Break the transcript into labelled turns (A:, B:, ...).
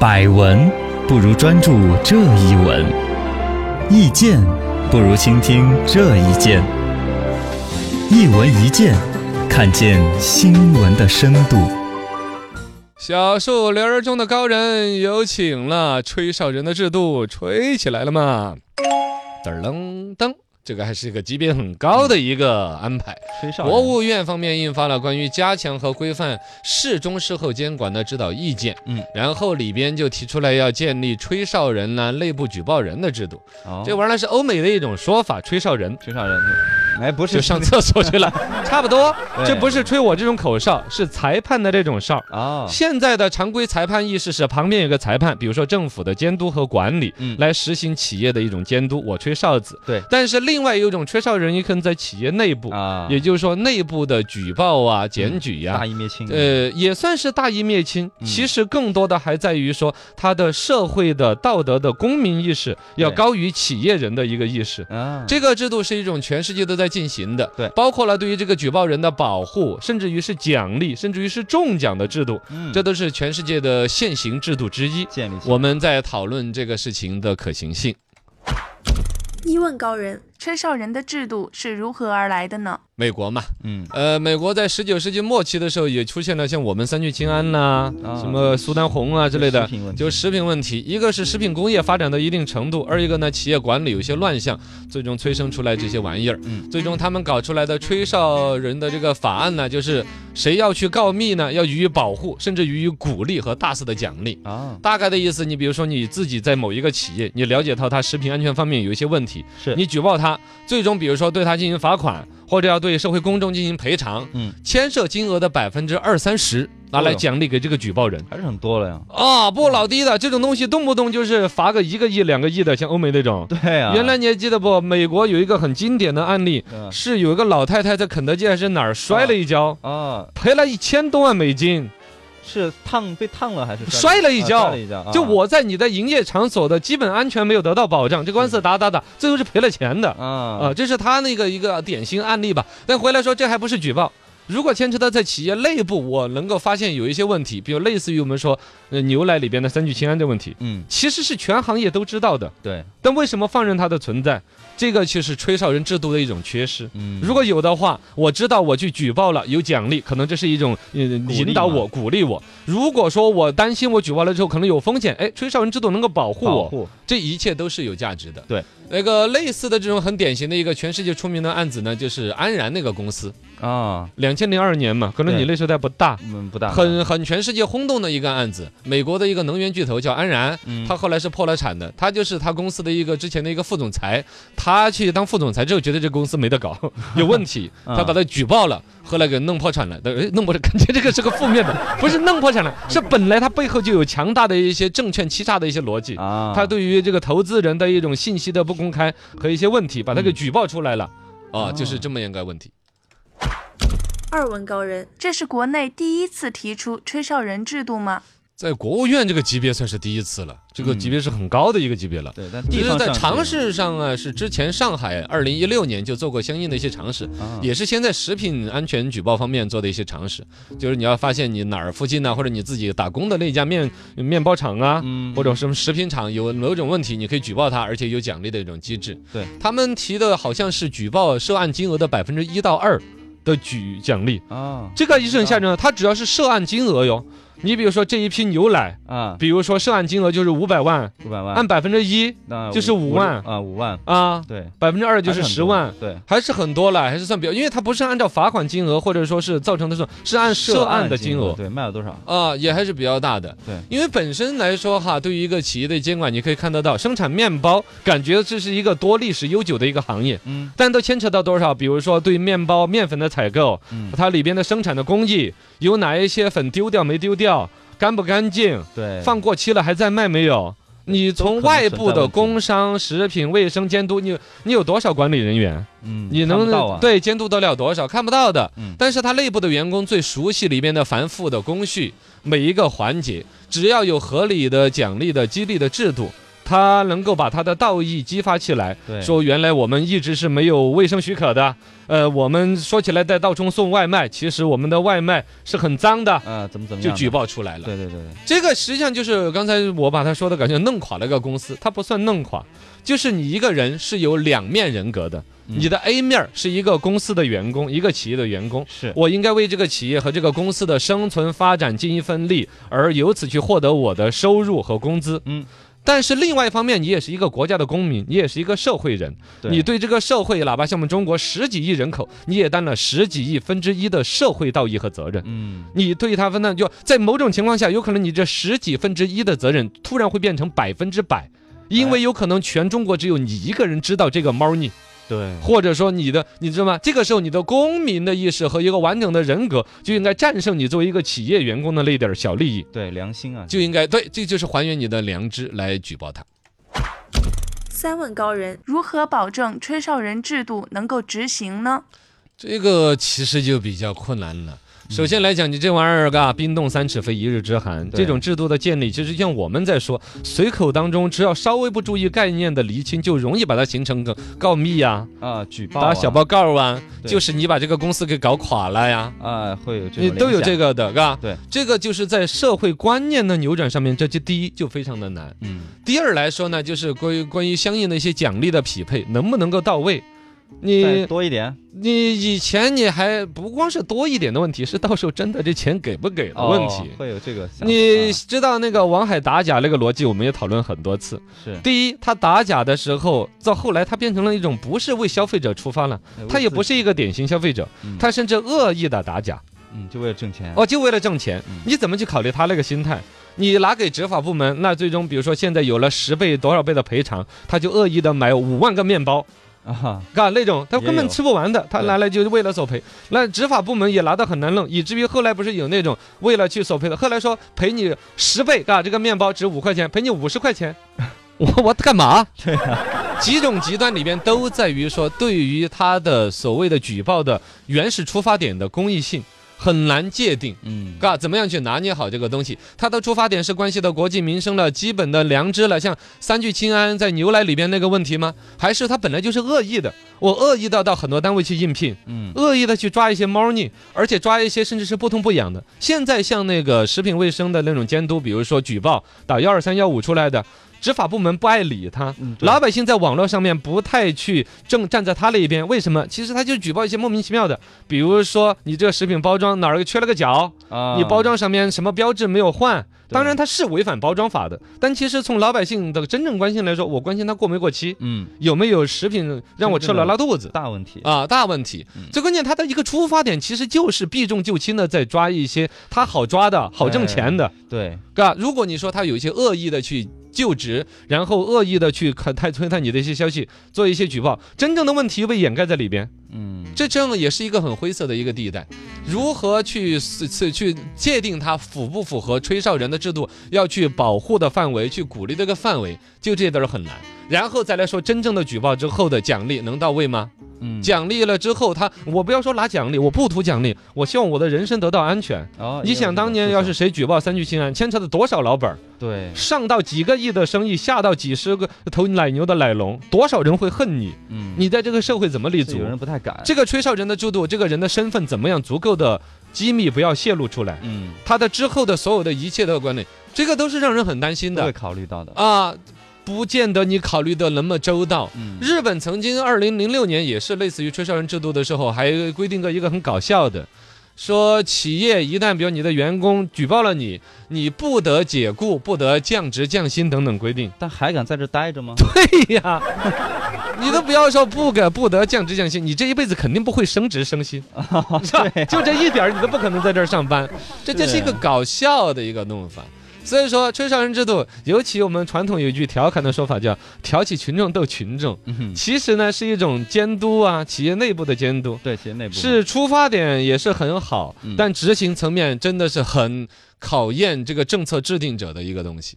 A: 百闻不如专注这一闻，意见不如倾听这一见。一闻一见，看见新闻的深度。
B: 小树林儿中的高人有请了，吹哨人的制度吹起来了吗？噔儿楞噔，这个还是一个级别很高的一个安排。
A: 吹哨
B: 国务院方面印发了关于加强和规范事中事后监管的指导意见，
A: 嗯
B: 嗯，然后里边就提出来要建立吹哨人呢、内部举报人的制度，这玩意儿是欧美的一种说法，吹哨人。
A: 吹哨人，哎，不
B: 就是上厕所去了， 差不多。
A: 对
B: 这不是吹我这种口哨，是裁判的这种哨。
A: 啊，
B: 现在的常规裁判意识是旁边有个裁判，比如说政府的监督和管理，
A: 嗯
B: 来实行企业的一种监督。我吹哨子，
A: 对
B: 但是另外有一种吹哨人，也可能在企业内部，
A: 啊嗯
B: 也就是说内部的举报啊、检举呀、
A: 大义灭亲，
B: 呃，也算是大义灭亲。
A: 嗯
B: 其实更多的还在于说，他的社会的道德的公民意识要
A: 对
B: 高于企业人的一个意识。
A: 啊，
B: 这个制度是一种全世界都在进行的，
A: 对
B: 包括了对于这个举报人的保护，甚至于是奖励，甚至于是中奖的制度，
A: 嗯
B: 这都是全世界的现行制度之一。
A: 建立起
B: 我们在讨论这个事情的可行性。
C: 一问高人，
D: 吹哨人的制度是如何而来的呢？
B: 美国嘛，
A: 嗯
B: 呃，美国在十九世纪末期的时候，也出现了像我们三聚氰胺呐、
A: 啊
B: 什么苏丹红啊之类的
A: 食品问，题
B: 就食品问题。一个是食品工业发展到一定程度，二一个呢企业管理有些乱象，最终催生出来这些玩意儿。
A: 嗯
B: 最终他们搞出来的吹哨人的这个法案呢，就是谁要去告密呢，要予以保护，甚至予以鼓励和大肆的奖励。
A: 啊，
B: 大概的意思，你比如说你自己在某一个企业，你了解到它食品安全方面有一些问题，
A: 是
B: 你举报它，最终比如说对它进行罚款，或者要对社会公众进行赔偿，
A: 嗯，
B: 牵涉金额的百分之二三十拿
A: 哎
B: 来
A: 呦
B: 奖励给这个举报人。
A: 还是很多了呀，
B: 啊、不老低的这种东西，动不动就是罚个一个亿、两个亿的，像欧美那种。
A: 对呀，
B: 原来你还记得不？美国有一个很经典的案例，
A: 嗯
B: 是有一个老太太在肯德基还是哪儿摔了一跤，
A: 啊，
B: 赔了一千多万美金。
A: 是烫被烫了还是
B: 摔了一
A: 啊
B: 跤
A: 摔了一跤，啊
B: 就我在你的营业场所的基本安全没有得到保障，这官司打打打，最后是赔了钱的。啊，
A: 嗯啊，
B: 这是他那个一个典型案例吧。但回来说，这还不是举报。如果牵扯到在企业内部，我能够发现有一些问题，比如类似于我们说，呃，牛奶里边的三聚氰胺的问题，
A: 嗯，
B: 其实是全行业都知道的，
A: 对，
B: 但为什么放任它的存在？这个就是吹哨人制度的一种缺失。
A: 嗯，
B: 如果有的话，我知道我去举报了，有奖励，可能这是一种呃
A: 励
B: 引导我、鼓励我。如果说我担心我举报了之后可能有风险，哎，吹哨人制度能够保护
A: 保
B: 我，
A: 护
B: 这一切都是有价值的。
A: 对，
B: 那个类似的这种很典型的一个全世界出名的案子呢，就是安然那个公司，
A: 啊，
B: 两千零二年嘛，可能你
A: 对
B: 那时候还不大。
A: 嗯，不大，
B: 很很全世界轰动的一个案子，美国的一个能源巨头叫安然，
A: 嗯
B: 他后来是破了产的。他就是他公司的一个之前的一个副总裁，他去当副总裁之后，觉得这公司没 得搞，有问题，
A: 嗯
B: 他把他举报了，后来给弄破产了。但哎，弄破产，感觉这个是个负面的， 不是弄破产了，是本来他背后就有强大的一些证券欺诈的一些逻辑，
A: 啊，
B: 他对于这个投资人的一种信息的不公开和一些问题，把他给举报出来了。
A: 嗯
B: 啊，就是这么一个问题。
C: 二问高人，
D: 这是国内第一次提出吹哨人制度吗？
B: 在国务院这个级别算是第一次了，这个
A: 嗯
B: 级别是很高的一个级别了。
A: 对，但
B: 其
A: 地
B: 实，
A: 方
B: 在
A: 上
B: 尝
A: 是
B: 试上啊，是之前上海二零一六年就做过相应的一些尝试，
A: 啊
B: 也是先在食品安全举报方面做的一些尝试，就是你要发现你哪儿附近啊呢、或者你自己打工的那家面面包厂啊。
A: 嗯
B: 或者什么食品厂有某种问题，你可以举报它，而且有奖励的一种机制。
A: 对，
B: 他们提的好像是举报涉案金额的百分之一到二的举奖励，
A: 啊
B: 这个也是很吓人的。它只要是涉案金额哟，你比如说这一批牛奶，
A: 啊，
B: 比如说涉案金额就是五百万，
A: 五百
E: 嗯
A: 万，
B: 按百分之一
A: 那
B: 就是五万
A: 啊，五万，
B: 啊，
A: 对，
B: 百分之二就
A: 还
B: 是
A: 很
B: 十
A: 多
B: 万，，
A: 对，
B: 还是很多了，还是算比较，因为它不是按照罚款金额或者说是造成的损，是按涉案的金额
A: 对，卖了多少？
B: 啊、也还是比较大的。
A: 对
B: 因为本身来说哈，对于一个企业的监管，你可以看得到，生产面包，感觉这是一个多历史悠久的一个行业。
A: 嗯
B: 但都牵扯到多少？比如说对面包、面粉的采购，
A: 嗯，
B: 它里边的生产的工艺，有哪一些粉丢掉没丢掉，干不干净，
A: 对，嗯
B: 放过期了还在卖没有？你从外部的工商、食品卫生监督，你你有多少管理人员？
A: 嗯，
B: 你
A: 看不
B: 能
A: 到啊？
B: 对监督得了多少？看不到的
A: 嗯。
B: 但是他内部的员工最熟悉里面的繁复的工序，每一个环节，只要有合理的奖励的激励的制度。他能够把他的道义激发起来，
E: 对
B: 说原来我们一直是没有卫生许可的，呃，我们说起来在道中送外卖，其实我们的外卖是很脏的，
E: 啊，怎么怎么
B: 就
E: 样的
B: 举报出来了。
E: 对对对对，
B: 这个实际上就是刚才我把他说的感觉弄垮了个公司，他不算弄垮，就是你一个人是有两面人格的，
E: 嗯
B: 你的 A 面儿是一个公司的员工，一个企业的员工。
E: 是
B: 我应该为这个企业和这个公司的生存发展尽一份力，而由此去获得我的收入和工资。
E: 嗯，
B: 但是另外一方面，你也是一个国家的公民，你也是一个社会人，
E: 对
B: 你对这个社会，哪怕像我们中国十几亿人口，你也担了十几亿分之一的社会道义和责任。
E: 嗯
B: 你对他分担，就在某种情况下，有可能你这十几分之一的责任突然会变成百分之百，因为有可能全中国只有你一个人知道这个猫腻，
E: 对
B: 或者说你的，你知道吗？这个时候你的公民的意识和一个完整的人格就应该战胜你作为一个企业员工的那点儿小利益，
E: 对良心啊，
B: 就应该对，这就是还原你的良知来举报他。
C: 三问高人，
D: 如何保证吹哨人制度能够执行呢？
B: 这个其实就比较困难了。
E: 嗯
B: 首先来讲，你这玩意儿嘎，冰冻三尺非一日之寒。
E: 对
B: 这种制度的建立，其实像我们在说，随口当中，只要稍微不注意概念的厘清，就容易把它形成个告密呀、
E: 啊举报
B: 打
E: 啊
B: 小报告啊，
E: 对
B: 就是你把这个公司给搞垮了呀。
E: 啊会有这
B: 你都有这
E: 个，
B: 个的，嘎。
E: 对，
B: 这个就是在社会观念的扭转上面，这就第一就非常的难。
E: 嗯
B: 第二来说呢，就是关于关于相应的一些奖励的匹配，能不能够到位？
E: 再
B: 你
E: 多一点
B: 你以前你还不光是多一点的问题，是到时候真的这钱给不给的
E: 哦
B: 问题。
E: 会有这个想法，
B: 你
E: 啊
B: 知道那个王海打假那个逻辑，我们也讨论很多次。
E: 是
B: 第一，他打假的时候，到后来他变成了一种不是为消费者出发了，
E: 哎
B: 他也不是一个典型消费者
E: 嗯，
B: 他甚至恶意的打假，
E: 嗯就为了挣钱
B: 哦，就为了挣钱
E: 嗯。
B: 你怎么去考虑他那个心态？你拿给执法部门，那最终比如说现在有了十倍多少倍的赔偿，他就恶意的买五万个面包，
E: 啊
B: 啊，那种他
E: 也
B: 根本
E: 有
B: 吃不完的，他
E: 对
B: 拿来就是为了索赔。那执法部门也拿得很难弄，以至于后来不是有那种为了去索赔的，后来说赔你十倍，啊，这个面包值五块钱，赔你五十块钱。 我我干嘛？对啊，几种极端里边都在于说，对于他的所谓的举报的原始出发点的公益性很难界定。
E: 嗯
B: 嘎，啊怎么样去拿捏好这个东西？它的出发点是关系到国计民生了、基本的良知了，像三聚氰胺在牛奶里边那个问题吗？还是它本来就是恶意的？我恶意的到很多单位去应聘，
E: 嗯
B: 恶意的去抓一些猫腻，而且抓一些甚至是不痛不痒的。现在像那个食品卫生的那种监督，比如说举报打幺二三幺五出来的，执法部门不爱理他，
E: 嗯对
B: 老百姓在网络上面不太去正站在他那一边，为什么？其实他就举报一些莫名其妙的，比如说你这个食品包装哪儿缺了个角，
E: 啊
B: 你包装上面什么标志没有换，
E: 对
B: 当然它是违反包装法的，但其实从老百姓的真正关心来说，我关心它过没过期，
E: 嗯
B: 有没有食品让我吃了拉肚子。
E: 大问题
B: 啊，大问题！
E: 嗯
B: 最关键，它的一个出发点其实就是避重就轻的，在抓一些它好抓的、好挣钱的，
E: 对
B: 对吧？如果你说他有一些恶意的去就职，然后恶意的去看探推探你的一些消息，做一些举报，真正的问题被掩盖在里边。
E: 嗯
B: 这这样也是一个很灰色的一个地带，如何去去去界定它符不符合吹哨人的制度，要去保护的范围，去鼓励这个范围，就这点儿很难。然后再来说真正的举报之后的奖励能到位吗？
E: 嗯
B: 奖励了之后，他我不要说拿奖励，我不图奖励，我希望我的人身得到安全。
E: 哦
B: 你
E: 也有
B: 想
E: 这
B: 当
E: 种
B: 年
E: 思
B: 要
E: 想
B: 是谁举报三聚氰胺，牵扯的多少老板儿，
E: 对
B: 上到几个亿的生意，下到几十个头奶牛的奶笼，多少人会恨你？
E: 嗯
B: 你在这个社会怎么立
E: 是
B: 足
E: 有？人不太敢
B: 这个吹哨人的制度，这个人的身份怎么样足够的机密不要泄露出来，
E: 嗯
B: 他的之后的所有的一切的观点，这个都是让人很担心
E: 都会
B: 的
E: 考虑到的
B: 啊，不见得你考虑的那么周到。
E: 嗯
B: 日本曾经二零零六年也是类似于吹哨人制度的时候，还规定过一个很搞笑的，说企业一旦比如你的员工举报了你，你不得解雇、不得降职降薪等等规定。
E: 但还敢在这待着吗？
B: 对呀，你都不要说不给不得降职降薪，你这一辈子肯定不会升职升 薪，是吧？
E: 啊
B: 就这一点儿你都不可能在这儿上班，这这是一个搞笑的一个弄法。所以说，吹哨人制度，尤其我们传统有一句调侃的说法叫“挑起群众斗群众”，
E: 嗯
B: 其实呢是一种监督啊，企业内部的监督。
E: 对，其实内部
B: 是出发点也是很好
E: 嗯，
B: 但执行层面真的是很考验这个政策制定者的一个东西。